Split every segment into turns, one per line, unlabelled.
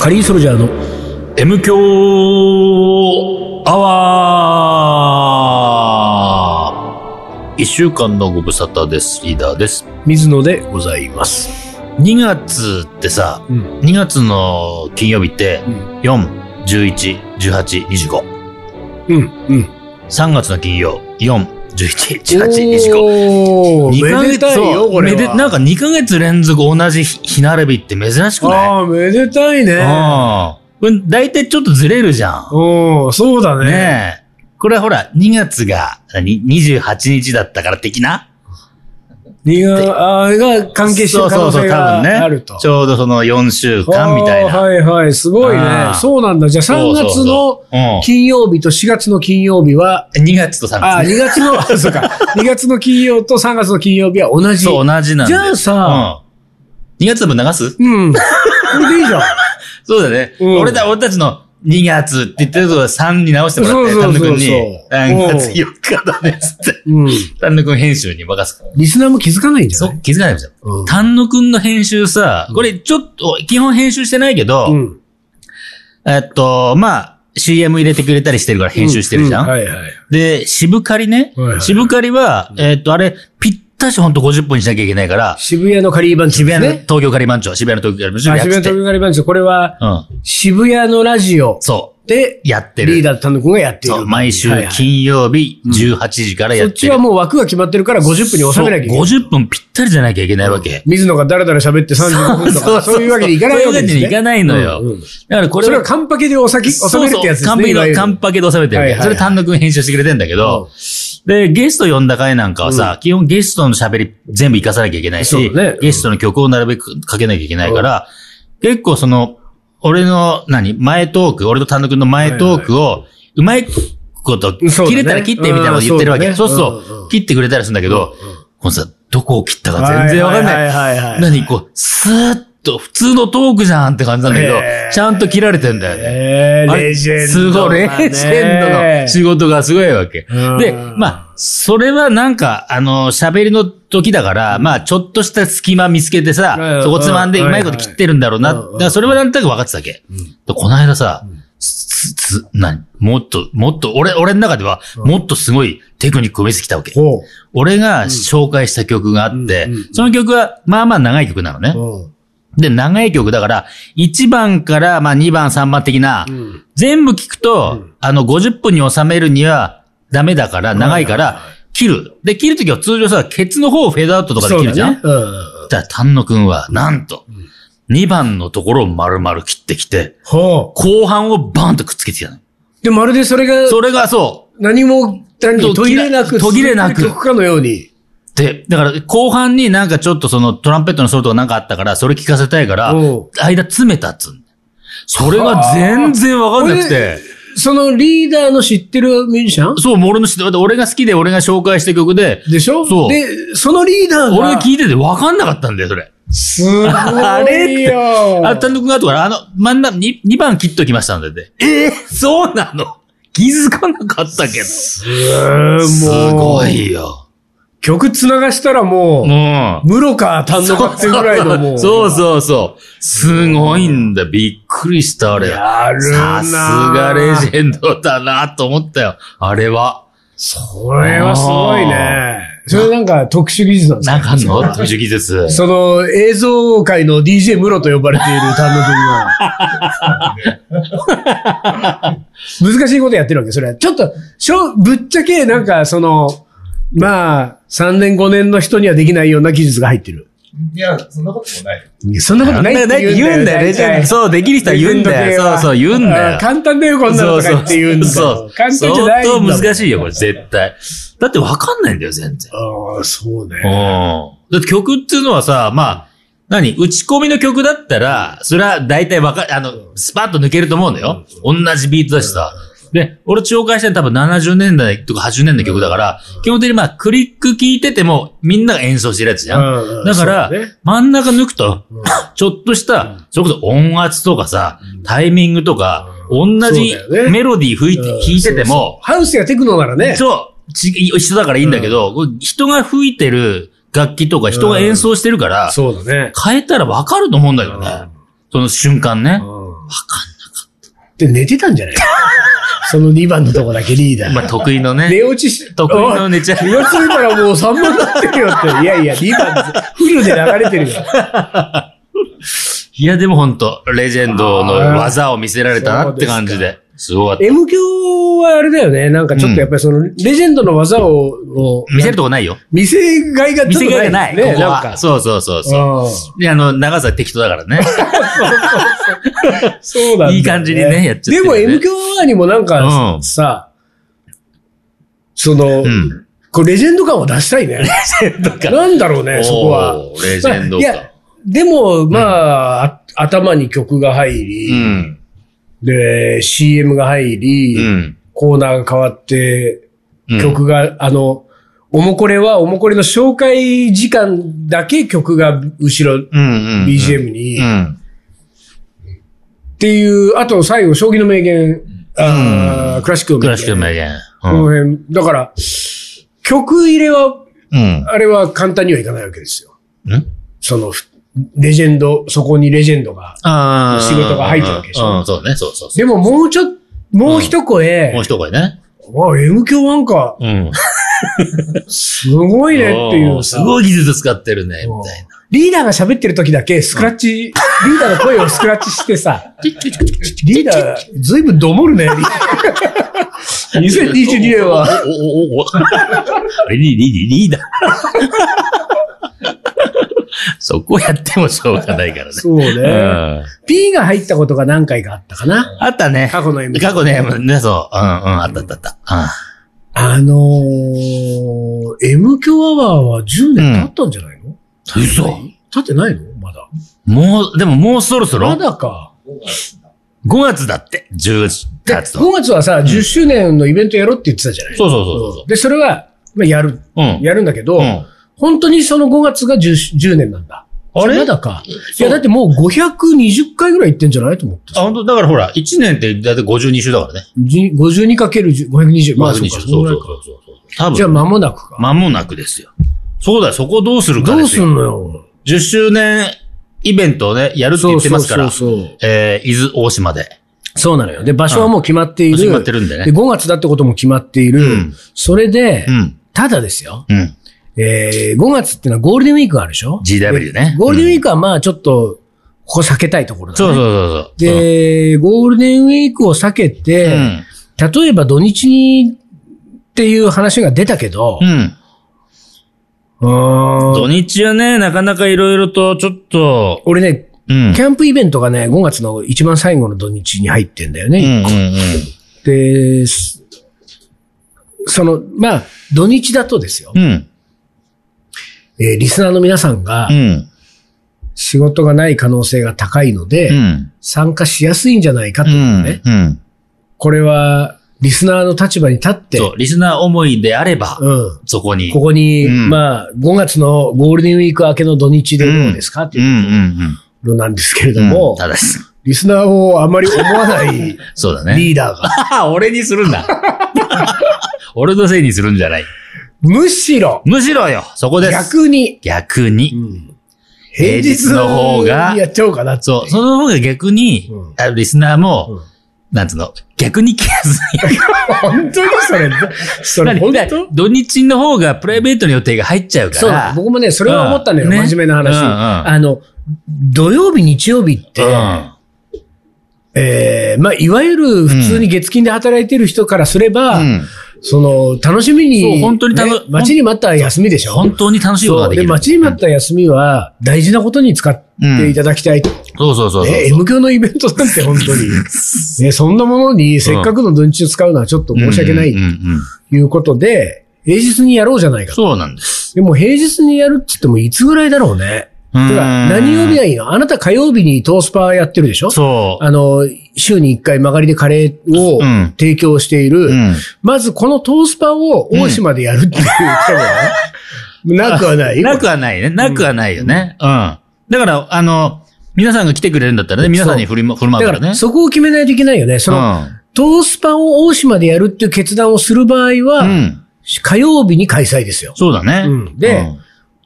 カリーソルジャーの
M 強アワー一週間のご無沙汰です。リーダーです。
水野で、
ございます。2月ってさ、
うん
2月の金曜日って、
うん、
4、11、18、25。
うん、うん。
3月の金曜、4、11、18、25。
お
二
ー
ヶ
めで
月
たい
そ
よ、
う
これは。
めでなんか2ヶ月連続同じ日日並びって珍しくない
ああ、めでたいね。
うん。これ大体ちょっとずれるじゃん。
うん、そうだね。
ねえ。これはほら、2月が何28日だったから的な
二が、あーが関係してる可能性があると。
ちょうどその4週間みたい
あー
な。
はいはい、すごい
あ
ね
ー。
そうなんだ。じゃあ
そ
3
うそう
月
そ
の
ううん
金曜日と4月の金曜日は、
2月と3
ああ、
月ね。
2月の、 あそうか。2月の金曜と3月の金曜日は同じ。
そう、同じなんで。
じゃあさ、
うん、2月分流す
うん。これでいいじゃん。
そうだね。
うん
俺た俺たちの2月って言ってるところ3に直してもらって、
そうそう
丹
そうそ
野
う
くんに、あ
うん
2月4日だね、つって。
うん。
丹野くん編集に任すから。
リスナーも気づかないんじゃ
そ
な
う、
い
気づかないじゃん。
うん
丹野くんの編集さ、これちょっと、基本編集してないけど、
うん。
えっと、まあ、CM 入れてくれたりしてるから編集してるじゃん、
うはいはい。
で、渋刈りね。
はいはい
渋刈りは、えっと、あれ、ぴったしほんと50分にしなきゃいけないから、
渋谷のカリー番長
渋
です
谷の
ね。
東京刈り番長、渋谷の東京
あ
刈り番
渋
長や
谷
ってて。
のカリー番長、これは
うん。
渋谷のラジオ
そ
で
う。、やってる。
リーダーと丹野くんがやってい
そ
る。
う。毎週
はいはい
金曜日18時からや
そ
っ
ってち
る。
はもう枠が決まってるから50分に収めなきゃいけない。
そう50分ぴったりじゃなきゃいけないわけ。
水野がだらだら喋って35分と か、そういうわけにいかないわけです
そういうわけにい
ね。
かないのよ。
うんうん
だからこれ
それはカンパケでお酒、収めるってやつですね。
そうそうカンパケ
いわゆ
で、
る
カンパケで収めてるわ
はいはいは
け。
い
それ単独編集してくれてんだけど、で、ゲスト呼んだ回なんかはさ、基本ゲストの喋り全部活かさなきゃいけない
そ
し、
うだねうん
ゲストの曲をなるべくかけなきゃいけないから、結構その、俺の、何、前トーク、俺と単独の前トークを、うまいこと、
そうだね
切れたら切ってみたいなこと言ってるわけ。
うん
そ
そううだね
そう
うんうん
切ってくれたりするんだけど、このさ、どこを切ったか全然わかんない。
はいはいはいはい
何こう、スーッと、普通のトークじゃんって感じなんだけど
へ、ー
ちゃんと切られてんだよね。
えー
あれ
レジェンド。
すごい、レジェンドの仕事がすごいわけ。
うん
で、まあ、それはなんか、あの、喋りの時だから、まあ、ちょっとした隙間見つけて
う
さ、
ん
そこつまんでう
うん
まいこと切ってるんだろうな。
うん
だからそれはなんとなく分かってたわけ。でこの間さ、つ、つ、何もっと、もっと、俺、俺の中では、もっとすごいテクニックを見せてきたわけ。
ほ
俺が紹介した曲があって
うんうんうん、
その曲は、まあまあ長い曲なのね
う。。うん
で、長い曲だから、1番から、まあ2番、3番的な、
ん
全部聞くと、あの、50分に収めるにはダメだから、長いから、切る。で、切るときは通常さ、ケツの方をフェードアウトとかで
そう
切
だ
るじゃん
ね。うん。
だから、丹野くんは、なんと、2番のところを丸々切ってきて、
ほ
後半をバーンとくっつけてきたの。
う。で、まるでそれが
それがそ
何も、何も途切れなく、
途切れな
続
く
いてる曲かのように。
う。で、だから、後半になんかちょっとそのトランペットのソロとかなんかあったから、それ聞かせたいから
おう、
間詰めたっつうのそれが全然わかんなくて。
そのリーダーの知ってるミュージシャン
そう、もう俺の知ってる、だって俺が好きで俺が紹介した曲で、
でしょ
そう
で、そのリーダーが。
俺が聞いてて分かんなかったんだよ、それ。
すごいよ。
あれってあ、単独が後から、あの、真ん中、に2番切っときましたんでね。えー そうなの気づかなかったけど。す
す
ご。いよ。
曲つながしたらも
う
う、
ん。
ムロか単独かっていうぐらいのもう。
そうそうそう。すごいんだ。びっくりした、あれ。
やるな
さ
ぁ
すがレジェンドだなと思ったよ。あれは。
これはすごいね。それなんか特殊技術なんです
な
か
んかあんの特殊技術。
その映像界の DJ ムロと呼ばれている単独が。 難しいことやってるわけ、それは。ちょっと、しょ、ぶっちゃけなんかその、まあ、3年5年の人にはできないような技術が入ってる。
いや、そんなこともない。
いやそんなことないって言うんだよ。
レジェンド。そう、できる人は言うんだよ。そうそう、言うんだよ
あ。簡単だよ、こんなのとか言って言うんだよ。
そうそう
簡単じゃないんだ
相
もん
当難しいよ、これ、絶対。だって分かんないんだよ、全然。
ああ、そうね
うん。。だって曲っていうのはさ、まあ、何打ち込みの曲だったら、それは大体わか、あの、スパッと抜けると思うのよ。同じビートだしさ。で、俺紹介したの多分70年代とか80年代の曲だから、基本的にまあ、クリック聴いてても、みんなが演奏してるやつじゃ。
うんうんん
だから
そうだね、
真ん中抜くと、ちょっとした、それこそ音圧とかさ、タイミングとか、同じ
そうだよね
メロディー吹いて
うん
弾いてても、
ハウスやテクノならね。
そう。ち一緒だからいいんだけど、これ人が吹いてる楽器とか人が演奏してるから、
そうだね。
変えたらわかると思うんだよね。その瞬間ね。
で、寝てたんじゃ ないその2番のとこだけリーダー。
まあ、得意のね。
寝落ちし、
得意の寝ちゃう
おい気がついたらもう3番だってるよって。いやいや、2番、フルで流れて るよ。
いや、でも本当レジェンドの技を見せられたなって感じで。すごかった。
M 強はあれだよね。なんかちょっとやっぱりその、レジェンドの技を、を
見せるとこないよ。
見せがいが
見
ちょ
せ
っと
が
ないい
がな
ね。
い。ここ
なん
は。
か。
そうそうそうそう。
うん
で、あの、長さ適当だからね。
そうなんだよ、
いい感じにねやっちゃって
で
るよ
も
ね
M 強アにもなんか、
うん
さ、その、
うん。
これレジェンド感を出したいね。なんだろうね、そこは。
おーレジェンド
い
か
や。、でも、まあ、あ頭に曲が入り、
うん。
で、CM が入り、
うん。
コーナーが変わって、
うん。
曲が、あの、おもこれは、おもこれの紹介時間だけ曲が後ろ、
うんうんうん。
BGM に、
う
っ
ん。
ていう、あと最後、将棋の名言、あークラシックの
ク
名
ラシック
言。
の名言。う
この
ん
辺、だから、曲入れは、
うん。
あれは簡単にはいかないわけですよ。
うん
その、レジェンド、そこにレジェンドが。
あー
仕事が入ってるわけでしょ
うん、そうね。そうそうそ
でももうちょっと、もう一声、
う。もう一声ね。
わあ、M 響なんか、
うん。
すごいねってい
おー
う
す
さ。
ごい技術使ってるね、みたいな。
リーダーが喋ってる時だけ、スクラッチ、リーダーの声をスクラッチして さ、リーダー、ずいぶんどもるね。2022年は。。
おおおおあれ、リー、リー、リー だ。そこやってもしょうがないからね。
そう
う
ね。
ん
P が入ったことが何回かあったかな。
あったね。
過去の M
過去ね、ね、そう。うんうん、あったあったあった。うん
あのー、M 響アワーは10年経ったんじゃないの
嘘
経ってないのまだ。
もう、でももうそろそろ
ま
5
だか。
月だって、10
で
月の。
5月はさ、10周年のイベントやろうって言ってたじゃない
そうそうそうそう
で、それは、まあ、やる、
そう。うん。
やるんだけど、
うん。
本当にその5月が 10, 10年なんだ。
あれ
まだか。い
そう
や、だってもう520回ぐらい行ってんじゃないと思って
あ、本当だからほら、1年ってだいたい52週だからね。
じ 52×10、520。まあ、そう
52
か。
週。
そのぐら
そうそ
いうか
そうそうそう。多
じゃあ
分、
間もなくか。
間もなくですよ。そうだよ、そこどうするか
ど
で
う
す
す
よ。
んのよ。
10周年イベントをね、やるって
そ
言
う
って
そ
ま
う
すか
そう
ら、
そう。
えー、伊豆大島で。
そうなのよ。で、場所はもう決まっている。
始まってるんで
で、
ね。
5月だってことも決まっている。
うん
それで、
うん。
ただですよ。
うん。
えー、5月ってのはゴールデンウィークがあるでしょ
GW ね。
ゴールデンウィ
ィー
ークはまあちょっと、ここ避けたいところだね。
そうそうそうそう。
で、ゴールデンウィークを避け
う
て、
ん。
例えば土日にっていう話が出たけど
う、ん。
うーん
土日はね、なかなかいろいろと、ちょっと、
俺ね、
うん。
キャンプイベントがね、5月の一番最後の土日に入ってんだよ
うんう
ね。
ん
で、すその、まあ、土日だとですよ、
うん。うん。
えーリスナーの皆さんが
うん。
仕事がない可能性が高いので、
うん。
参加しやすいんじゃないかというね、
うん。
これはリスナーの立場に立って、
そう、リスナー思いであれば、
うん、
そこに。
ここに、
うん
まあ、5月のゴールデンウィーク明けの土日でどうですか、って
うん
いう
うん
のなんですけれ
う
ど
ん。
も、
うんただし、
リスナーをあまり思わない
そうだね。
リーダーが、
俺にするんだ。俺のせいにするんじゃない。
むしろ、
むしろよ、そこです。
逆に、
逆に。
平日
平日の方が
やっちゃおうかなって。
そう、その方が逆に
うん、
あリスナーも、なんつうの、逆に来やすい。
本当にそれ、それ
何
本
だ
当
土日の方がプライベートの予定が入っちゃうか
そうな
ら。
の僕もね、それは思ったのよ、
うんね
真面目な話、
うんうん
あの、土曜日、日曜日って、
うん
えーまあ、いわゆる普通に月金で働いてる人からすれば、
うん
その、楽しみ
そう
に、
本当に楽
ね待ちに待った休みでしょ
本当に楽しいこと
そ
が
う
で
で、
きる。
待ちに待った休みは大事なことに使っていただきたい。
そうそうそうそう。
ね M 教のイベントなんて本当 に。ね、そんなものにせっかくの土日を使うのはちょっと申し訳ない
うんう
と
んうんうん
いうことで、平日にやろうじゃないかと。
そうなんです。
でも平日にやるって言ってもいつぐらいだろうね。
うーん
てか何曜日がいいのあなた火曜日にトースパーやってるでしょ
そう。
あの、週に1回曲がりでカレーを
うん
提供している、
うん
まずこのトースパーを大島でやるっていう手もね、なくはない。
なくはないね。なくはないよね。うん。だから、あの、皆さんが来てくれるんだったらね、皆さんに振りま振る
だ
舞う
か
からね。
ら、そこを決めないといけないよね。その、トースパを大島でやるっていう決断をする場合は、
うん。うん。
火曜日に開催ですよ。
そうだね。
うんで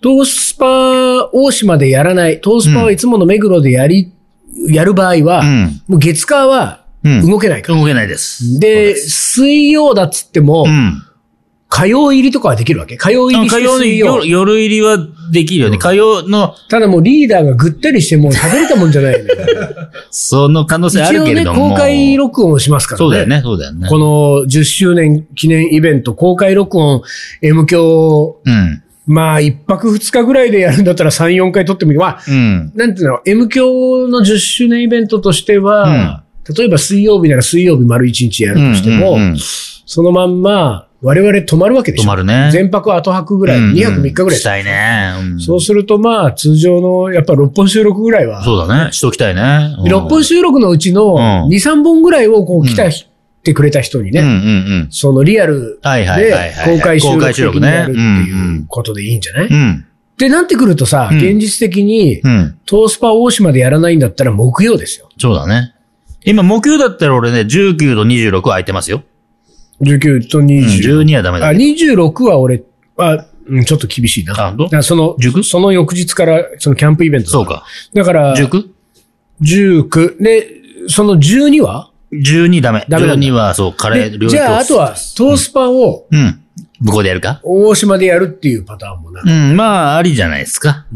トースパ大島でやらない、トースパはいつもの目黒でやり、やる場合は、
うん
もう月火は
うん
動けないから。
動けないです。
で、水曜だっつっても、
うん。
火曜入りとかはできるわけ。火曜入りし
火
て
曜の
水曜
夜。夜入りはできるよね。火曜の、
ただもうリーダーがぐったりしてもう食べれたもんじゃないよね。
その可能性あ
一
る
応
けれ
ね、
ども。
公開録音をしますからね。
そうだよね、そうだよね。
この10周年記念イベント、公開録音、M 響、
うん。
まあ、一泊二日ぐらいでやるんだったら3、4回撮ってもいい。まあ、
うん。
なんていうの、M 響の10周年イベントとしては、例えば水曜日なら水曜日丸1日やるとしても、
うんうんうん
そのまんま、我々泊まるわけでしょ。
泊まるね
全泊後泊ぐらい、2泊3日ぐらい。
したいね。うん
そうすると、まあ、通常の、やっぱ6本収録ぐらいは、
そうだね。しときたいね。うん
6本収録のうちの
うん
2、3本ぐらいをこう来た、ってくれた人にね、
うんうん
そのリアル
はいはいはい
で
はい
公開収
公
録
開
的
収
に
録ね
やるっていうことでいいんじゃない、
うん。うん。
で、なってくるとさ、
うん
現実的に、
うん。
トースパ大島でやらないんだったら木曜ですよ。
そうだね。今、木曜だったら俺ね、19と26空いてますよ。
19と
うん
20。
12はダメ
あ、
だけど。
26は俺、あ、うんちょっと厳しいな。
あど
だからその、
塾
その翌日から、そのキャンプイベント。
そう。か。
だから、
19?
19。で、その12は
12ダメ。
ダメなんだ
12はそう、カレー
で
料理
じゃあ、あとは、トースパを
うん。向こうでやるか
大島でやるっていうパターンもな。
うん、まあ、ありじゃないですか。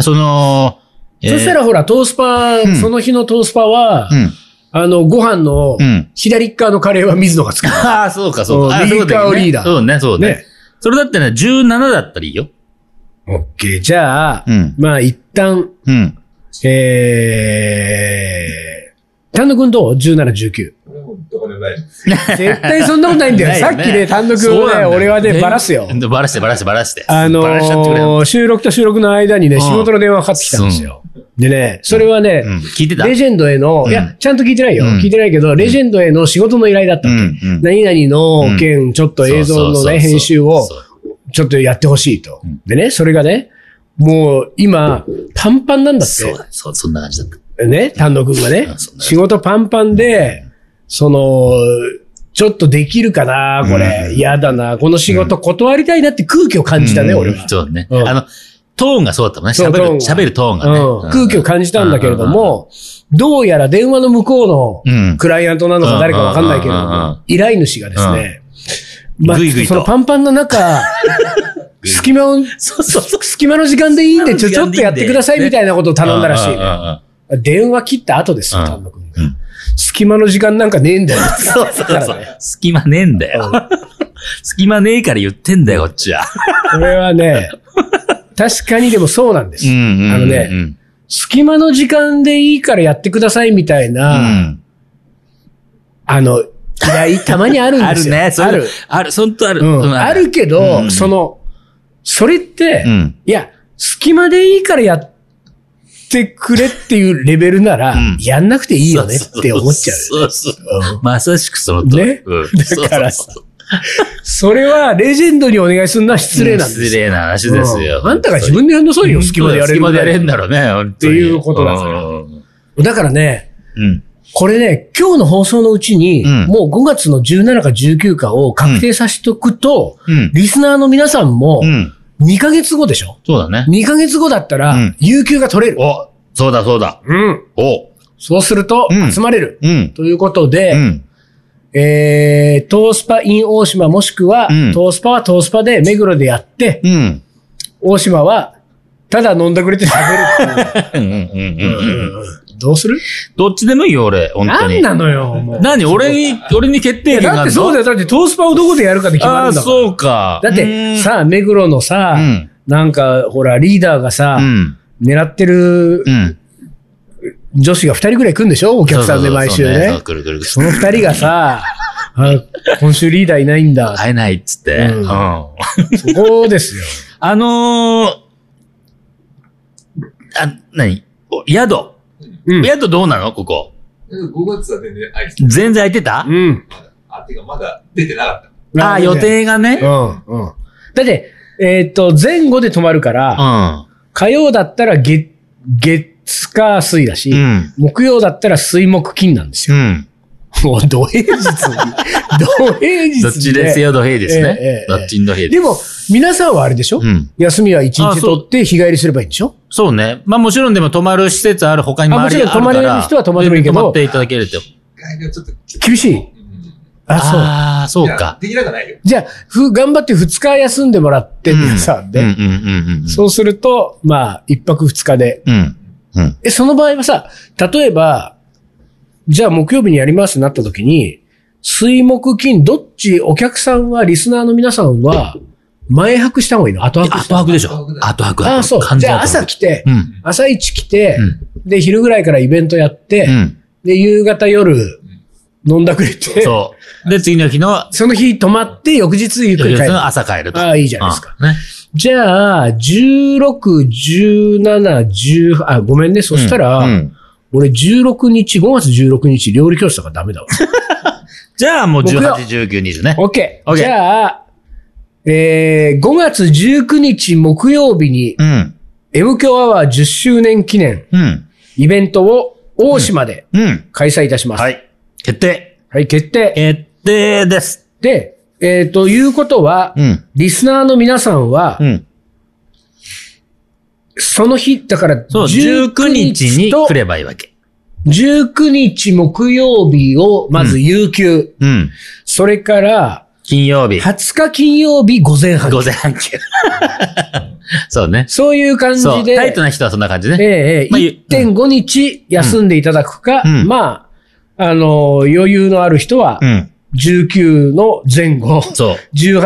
その、えー
そしたらほら、トースパ、
ん
その日のトースパは、
うん。
あの、ご飯の
うん、
左側のカレーは水野が作る。
ああ、そうか、そうか。
うん
あーそういうことだよね
リーダーを
そうね、そう
ね
ね。それだってね、17だったらいいよ。
オッケー。じゃあ、
うん
まあ、一旦、
うん。
えー、丹野くんどう ?17、19。
これもうどこでも大丈夫です。
絶対そんなことないんだよ。さっきね、丹野くん
そう
を
なんだ
ね、
よ
俺はね、バラすよ。
ねバラして、バラして、バラして。
あの
バラしちゃってくれよ
ー、収録と収録の間にね、
うん
仕事の電話がかかってきたんですよ。でね、それはね、
うん、聞いてた
レジェンドへの、
うん
いや、ちゃんと聞いてないよ。
うん
聞いてないけど、レジェンドへの仕事の依頼だったの。
うんうん
何々の件、ちょっと映像
そう
の
そうそうそう
ね、編集を
そう、
ちょっとやってほしいと。でね、それがね、もう今、パンパンなんだっ
そうだ、そう、そんな感じだった。
て。ね、丹野くんがね
う、んそうだ
仕事パンパンで、その、ちょっとできるかな、これ。嫌、だな。この仕事断りたいなって空気を感じたね、
うん
俺は。
そうね。
うん
あの、トーンがそうだったもんね。
そう
喋る、
トーンが
喋るトーンがね。
うん、空気を感じたんだけれども、どうやら電話の向こう
う
の
ん
クライアントなのか誰かわかんないけれど
うんうんうんうん
も、依頼主がですね、まあ
ぐいぐいと
そのパンパンの 中、隙間を、
そうそうそう。
隙間の時間でいいんで、ちょ、
隙
ち
間
ょっ
の時間でいいんで
とやってくださいみたいなことを頼んだらし
うんうんうんうん
い。電話切った後ですよ、
うん
丹野くんが。隙間の時間なんかねえんだよ。
そうそう
だ
そ
からね
う。隙間ねえんだよ。隙間ねえから言ってんだよ、こっちは。
これはね、確かにでもそうなんです。
うん
あのね
うん
隙間の時間でいいからやってくださいみたいうな、
ん。
あの、依頼たまにあるん
あ
で
る
すよ。
ね。それ
ある。
ある、そんとある。
うん、あるけど、
うん
その、それって、
うん
いや、隙間でいいからやってくれっていうレベルなら、
うん
やんなくていいよねって思っちゃう。
そうそうそう。まさしくその通り。
ね
うん
だから
そうそうそう
それはレジェンドにお願いするのは失礼なんですよ。
失礼な話ですよ。
うんあんたが自分でやんなさいよ、隙間でやれる
隙間
ん
で
だ
やれん
ら
だろうね、本
て
当に
いうことだから
うん
だからね、
うん。
これね、今日の放送のうちに、
うん
もう5月の17か19かを確定させておくと、
うん
リスナーの皆さんも
う、ん。
2ヶ月後でしょ
そうだね。
?2 ヶ月後だったら
うん、
有給が取れる。
お、そうだそうだ。
うん。
お、
そうすると
う、ん
集まれる。
うん。
ということで、
うん。
えー、トースパ in 大島もしくは、
うん
トースパはトースパで目黒でやって、
うん。
大島は、ただ飲んだくれて喋るってい
うんうんうんうん。
うどうする
どっちでもいいよ、俺。本当
何
に。
なのよ、もう。
何俺に、俺に決定権があるの
だってそうだよ。だってトースパをどこでやるかで決ま
あ
る
あ、
んだから。
そうか。
だっ
う
て、
ん、
さ、目黒のさ、
うん
なんか、ほら、リーダーがさ
う、ん。
狙ってる
うん。
女子が2人ぐらい来るんでしょお客さんで毎週
そうそうそう
ね
そう。くるくるくる。
その2人がさ、あ今週リーダーいないんだ。
会えないっつって。
う
うんん。あ
そこですよ。
のー、あ、何お宿。
うん
宿どうなのここ。
5月は全然空いて
全然空いてた
うん。
た。まだ。あ、てかまだ出てなかった。
ああ、予定がね。うん。
うん、うん。だって、えーっと、前後で止まるから、火曜だったら月、月火水だし、
うん。
木曜だったら水木金なんです
う
よ。
ん。
もう土平 日に、土平日にね
どっちですよ、土平で
え
す
ええ
ね
え。
どっちん土平で
でも、皆さんはあれでしょ、
うん。
休みは一
あ
日
そう
取って日帰りすればいいんでしょ
そうね。まあもちろんでも泊まる施設ある他にも
あ
あ
もち
り
ろん
あるから
泊まれる人は泊まってもいいけど
全然泊まっていただけると。
外がちょっと、う
厳しい。
ん
あ、そう。
ああ、そう
いや
か。
できなくないよ。
じゃあ、ふ、頑張って2日休んでもらって、
うん
皆さんで。
うんうんうんうん。
そうすると、まあ、1泊2日で。
うん。うん。
え、その場合はさ、例えば、じゃあ木曜日にやりますってなった時に、水木金、どっち、お客さんは、リスナーの皆さんは、前泊した方がいいの後泊した
後
方
泊でしょ後泊。
があ、そう。じゃあ朝来て、
うん。
朝一来て、
うん
で、昼ぐらいからイベントやって、
うん。
で、夕方夜、飲んだくれて、
そう。で、次の日の、
その日泊まって、翌日ゆっくり
翌
帰
日
る。
の朝帰ると。
ああいいじゃないですか
うん。ね。
じゃあ、16、17、18、あ、ごめんね。そしたら、
うんうん
俺16日、5月16日、料理教室だからダメだわ。
じゃあもう
僕
18
よ、
19、20ね。
OK。
OK
じゃあ、えー、5月19日木曜日に、
うん。
M 強アワー10周年記念
うん。
イベントを大島で
うん。
開催いたします。
は
はい、
い。決定。
決定。
決定です。
で、えー、ということは、
うん。
リスナーの皆さんは、
うん。
その日、だから、
そう、19日に
と
来ればいいわけ。
19日木曜日を、まず有給、
うん。
それから、
金曜日。
20日金曜日午前半。
午前半休。 そうね。
そういう感じ
そう。
で、
タイトな人はそんな感じ
え
ね。
えええ
まあゆ
1.5日休んでいただくか、
うん
まあ、あのー余裕のある人は
う、ん。
19の前後、
そう。
18、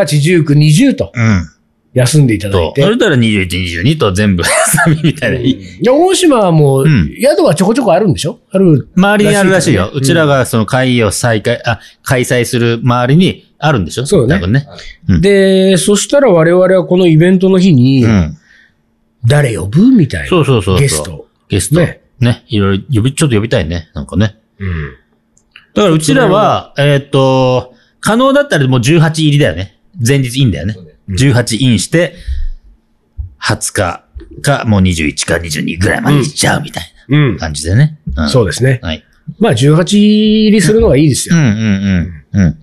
19、20と
うん。
休んでいただい
と、そ
て。
れたら21、22と全部 休みみたいな。
いや、大島はもう、
うん
宿はちょこちょこあるんでしょある。
周りにあるらしいよ。
うん
うちらがその会議を再開、あ、開催する周りにあるんでしょ
そうね
多分ね。うん
で、そしたら我々はこのイベントの日に
う、ん。
誰呼ぶみたい
そ
な。
うそうそうそう。
ゲス。ト。
ゲスト。
ね
ね。いろいろ呼び、ちょっと呼びたいね。なんかね。
うん。
だからうちらは、えーっと、可能だったらもう18入りだよね。前日インだよね
そうね。
18インして、20日か、もう21か22ぐらいまで行っちゃうみたい
うん
な。感じでね。うん
そうですね。
はい。
まあ、18入りするのがいいです
うん
よ。
うんうん。うん。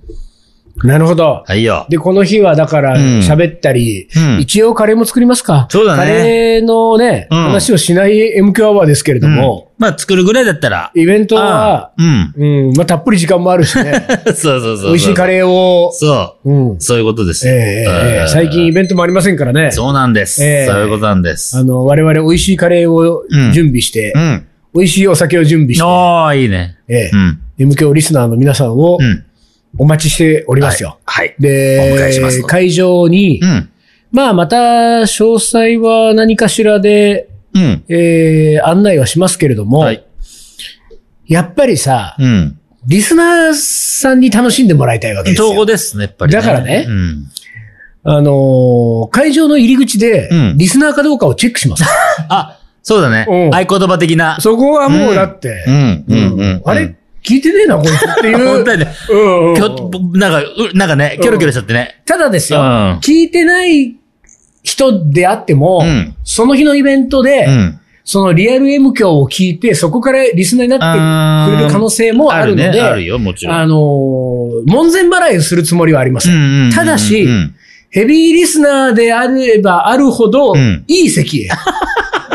なるほど。
はいよ。
で、この日はだから
うん、
喋ったり、
うん
一応カレーも作りますか。
そうだね
カレーのね、
うん
話をしない MQ アワーですけれども、
うんまあ作るぐらいだったら。
イベントは、
うん。
うん、まあ、たっぷり時間もあるしね、
そうそうそうそう。
美味しいカレーを、
そう。
うん。
そういうことです。
ええええええ最近イベントもありませんからね
ン。そうなんです。
ええ
そういうことなんです。
あの、我々美味しいカレーを
うん
準備して、
うん。
美味しいお酒を準備して、
おー、いいね。
え
うん。
え MQ リスナーの皆さんを
うん。
お待ちしておりますよ。
はい。
で、
お迎えしますと
会場に、
うん。
まあ、また、詳細は何かしらで、
うん。
えー、案内はしますけれども、
はい。
やっぱりさ、
うん。
リスナーさんに楽しんでもらいたいわけです
統合
よ。
ですね、やっぱり。
だからね
うん。
あのー会場の入り口で、
うん
リスナーかどうかをチェックし ます。
あ、そうだね
うん。
合言葉的な。
そこはもうだって、
うん。うん。うん。
あれ聞いてねえな、こいつっていう。
本当にね。
うんうん
きょ、なんか、うなんかね、キョロキョロしちゃってね。
ただです
う
よ、
ん。
聞いてない人であっても、
うん
その日のイベントで、
うん。
そのリアル M 教を聞いて、そこからリスナーになってくれる可能性もあるので、
ね。あるよ、もちろん。
あのー門前払いをするつもりはありません。ただし
うん
ヘビーリスナーであればあるほど、
うん
いい席へ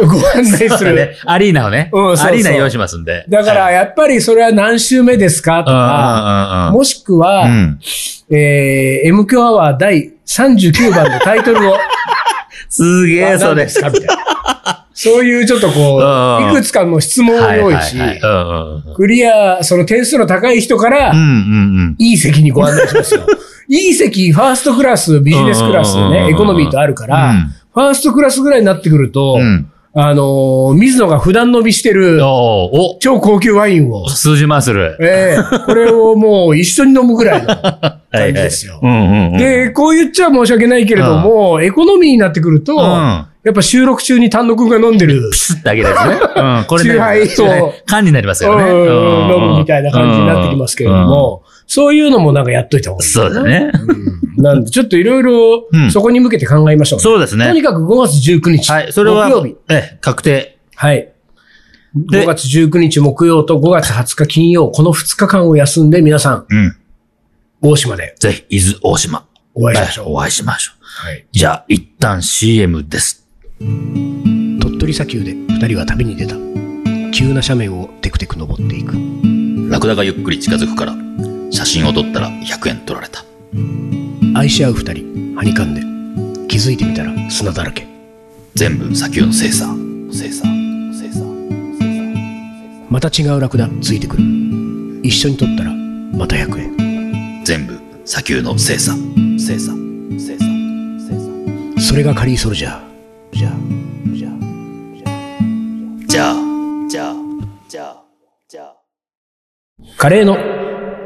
ご案内
そう
す
だ
る。だ
ね。アリーナをね。
うんそうそう
アリーナ用意しますんで。
から、やっぱりそれは何週目ですかとか、
はい、うんうんうんうん。
もしくは、
うん、
えー、M 強アワー第39番のタイトルを、
すげ え、
あ
そ
何
れ
で。すかみたいな。そういうちょっとこ
うん
う、いくつかの質問を用意し、
はいはいはい
クリア、その点数の高い人から、
うんうんうん
いい席にご案内します よ。いい席、ファーストクラス、ビジネスクラス
うんうんうんうん
ね、エコノミーとあるから、
うん
ファーストクラスぐらいになってくると、
うん。うん。
あのー水野が普段伸びしてる
おー
超高級ワインを
お、、数字マする。
ええこれをもう一緒に飲むぐらいの
はい
感じですよ
う。んうんうん。
で、こう言っちゃ申し訳ないけれども、エコノミーになってくると、
うん
やっぱ収録中に単独が飲んでる、
プスッ てあげるやつね。うん。これ
チューハイを
缶になりますよね。
うん飲むみたいな感じになってきますけれども、そういうのもなんかやっといた方
うん。
がいい。
そうだね。
なんで、ちょっといろいろ
うん
そこに向けて考えましょうね。
そうで
と
す
に
ね。
かく5月19日。
はい。それは
木曜日。、
ええ、確定。
はい。
で
5月19日木曜と5月20日金曜、この2日間を休んで皆さん、
うん。
大島で
ぜひ、伊豆大島。
お会いしましょう。
お会いしましょう。
はい
じゃあ、一旦 CM です。
鳥取砂丘で2人は旅に出た。急な斜面をテクテク登っていく。
ラクダがゆっくり近づくから、写真を撮ったら100円取られた。
愛し合う2人、はにかんで。気づいてみたら砂だらけ。
全部砂丘の精査。精査。精査。
また違うラクダついてくる。一緒に撮ったらまた100円。
全部砂丘の精査。精査。精査。精査。
それがカリーソルジャー。じゃあ、じゃあ。
じゃあ、じゃあ、じゃあ、じゃあ。
カレーの、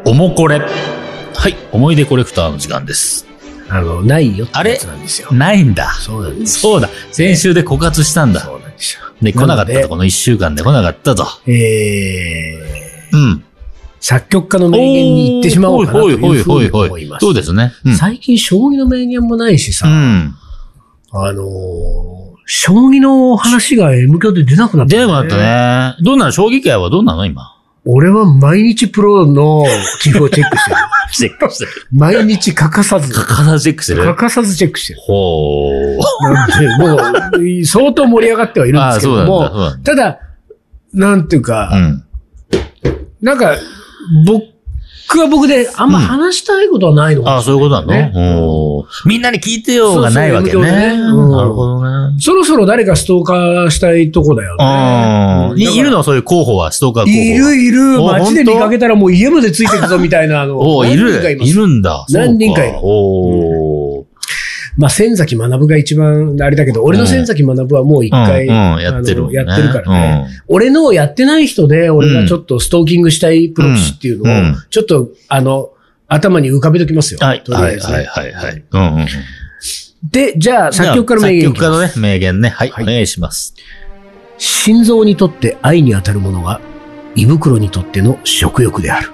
おもこれ。はい。思い出コレクターの時間です。
あの、ないよって
あれ
やつなんですよ。
ないんだ。
そうなんです。
そうだ。先週で枯渇したんだ。
そうなんですよ。
で、来なか
なの
った
で
と。この一週間で来なかったと。
えー、
うん。
作曲家の名言に行ってしまおうかなというふうに
ほいほいほい
思
ほい
い
ほ
ま
い。
す。
そうですね。うん。
最近、将棋の名言もないしさ、
うん。
あのー将棋の話が M 響で出なくなった、
出なくなったね。どうなの将棋界はどうなの今。
俺は毎日プロの棋譜をチェックしてる。
チェックしてる。
毎日欠かさず、
か
欠
かさチェックしてる。
かさずチェックしてる。
ほー。
なんで、もう、相当盛り上がってはいるんで
ああ、
すけ
そう
ど
なん
も、
だ。そうなん
ただ、なんていうか、
だ。うん。
なんか、僕は僕であんま話したいことはないのか
あ
な
あ、そういうことな
ね
のおーみんなに聞いてよがないわけ
そうそう
ね。
勉強ね
なる
うん
ほどね。
そろそろ誰かストーカーしたいとこだよね
う。ん。
だから
にいるのそういう候補は、ストーカー候補は。
いるいる、
お
街で見かけたらもう家までついてくぞみたいな、あの、
おーい
何人か
る。
ま
い
す
るんだ。
何人かいる
そうおー。
まあ、千崎学が一番あれだけど、俺の千崎学はもう一回、
うんうん、やってるもんね、
あのやってるからね
うん。
俺のをやってない人で、俺がちょっとストーキングしたいプロ棋士っていうのを、
うんうん
ちょっと、あの、頭に浮かべときますよ。
はい、
とりあ
は
え
い、
ずね
はい、はい、はい。うんうんうん。
で、じゃあ、作曲家の名
じ
言
ゃあ
い
作
き
曲家
ま
の
す
ね、名言ね。はい、
はい
お願いします。
心臓にとって愛に当たるものが、胃袋にとっての食欲であ る。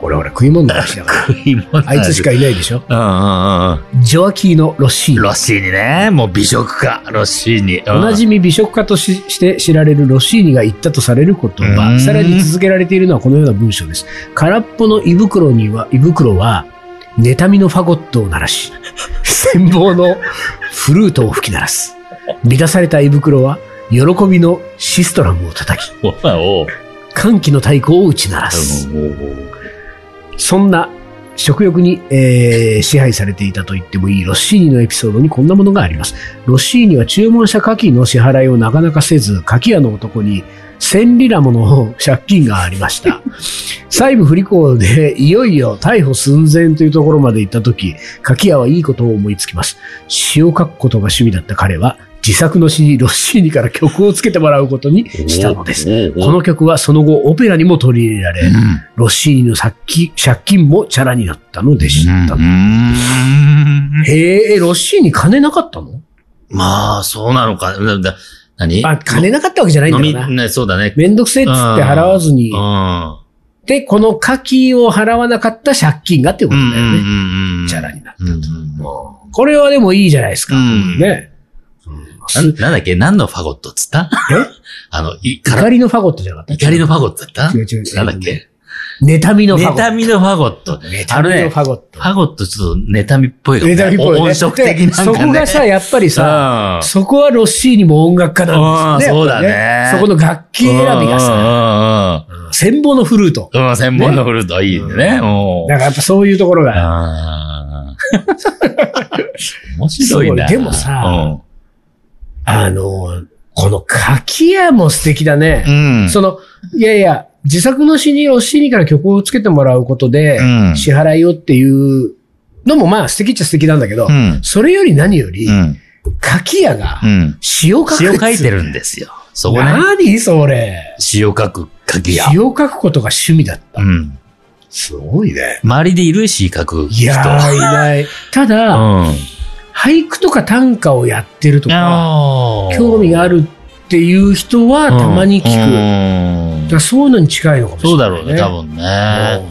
これほら、食い物の話だから。あいつしかいないでしょ。
うんうんうん
ジョアキーノ・ロッシー
うん。
ニ。
ロッシーニね。もう美食家、ロッシーニ。
おなじみ美食家としして知られるロッシーニが言ったとされる言
う
葉
ん。
さらに続けられているのはこのような文章です。空っぽの胃袋には、胃袋は、妬みのファゴットを鳴らし、 羨望のフルートを吹き鳴らす。乱された胃袋は、喜びのシストラムを叩き、
お前を。
歓喜の太鼓を打ち鳴らす。そんな食欲に、えー支配されていたと言ってもいいロッシーニのエピソードにこんなものがあります。ロッシーニは注文した牡蠣の支払いをなかなかせず、牡蠣屋の男に千リラもの借金がありました。細部不履行でいよいよ逮捕寸前というところまで行った時、牡蠣屋はいいことを思いつきます。詩を書くことが趣味だった彼は、自作の詩にロッシーニから曲をつけてもらうことにしたのです。
おー。
この曲はその後オペラにも取り入れられ、ロッシーニの借金借金もチャラになったのでした。
うんうん
へえ、ロッシーニ金なかったの
まあ、そうなのか。だだ何
あ、金なかったわけじゃないんだ
飲
ろう
み、
な。
ね、そうだね。
めんどくせえっつって払わずに
う。ん。
で、この牡蠣を払わなかった借金がってことだよ
うん
ね。
うんうん
チャラになった
うん
これはでもいいじゃないですか。
うん
ね。
うん
す
ななんだっけ何のファゴットっつった
え
あの、いから
怒りのファゴットじゃなかった
怒りのファゴットだっ
違う違う違う
たなんだっけ
妬みのファゴッ
妬みのファゴット。
ト。妬みのファゴット
フ。ァゴットちょっと妬みっぽいかもね
妬みっぽいね。
音色的なんかね。
でそこがさ、やっぱりさ、
さ
そこはロッシーニも音楽家なんですよね。
うんそうだね
やっぱそこの楽器選びがさ、
さ。
千本のフルート。
うんうんうんうん。専門のフルートはいいね。お
だからやっぱそういうところが、
あー面白いな。
すごいでもさ
うん
あの、この柿屋も素敵だね。
うん。
その、いやいや、自作の詩にお詩にから曲をつけてもらうことで
う、ん
支払いをっていうのもまあ素敵っちゃ素敵なんだけど、
うん。
それより何より
う、ん。
柿屋が
うん。
詩を書く。
詩を書いてるんですよ。そこね。
何それ。
詩を書く鍵や。
詩を書くことが趣味だった。
うん。
すごいね。
周りでいる詩書く人。
いやー、いない。た
う
だ、
ん。
俳句とか短歌をやってるとか、
あー
興味があるっていう人はたまに聞く。
うん
だからそういうのに近いのかもしれ
そう
な
だ
い、
ろうね、多分ね。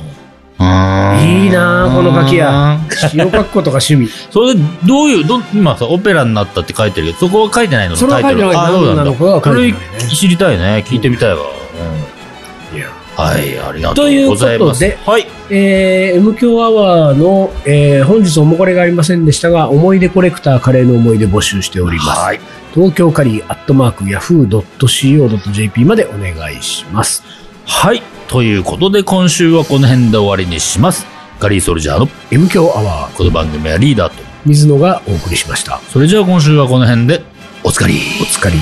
うん
うん。
いいなあこのガキや。詩を書くことが趣味。
そ れで、どういう、どん、今さ、オペラになったって書いてるけど、そこは書いてないの
それは書いてない。
タイトルあ、
何
そう
な
な
ん
だ
の。かは
こ
書い
れ
てないね。
知りたいね。聞いてみたいわ。うん
いや
はい、ありがとうございます。
というこ
はい。
えー、M 強アワーの、えー本日おもこれがありませんでしたが、思い出コレクターカレーの思い出募集しております。
はい。
東京カリーアットマークヤフー .co.jp までお願いします。
はい。ということで、今週はこの辺で終わりにします。ガリーソルジャーの
M 強アワー、
この番組はリーダーと。
水野がお送りしました。
それじゃあ今週はこの辺で、おつかり。
お疲れ。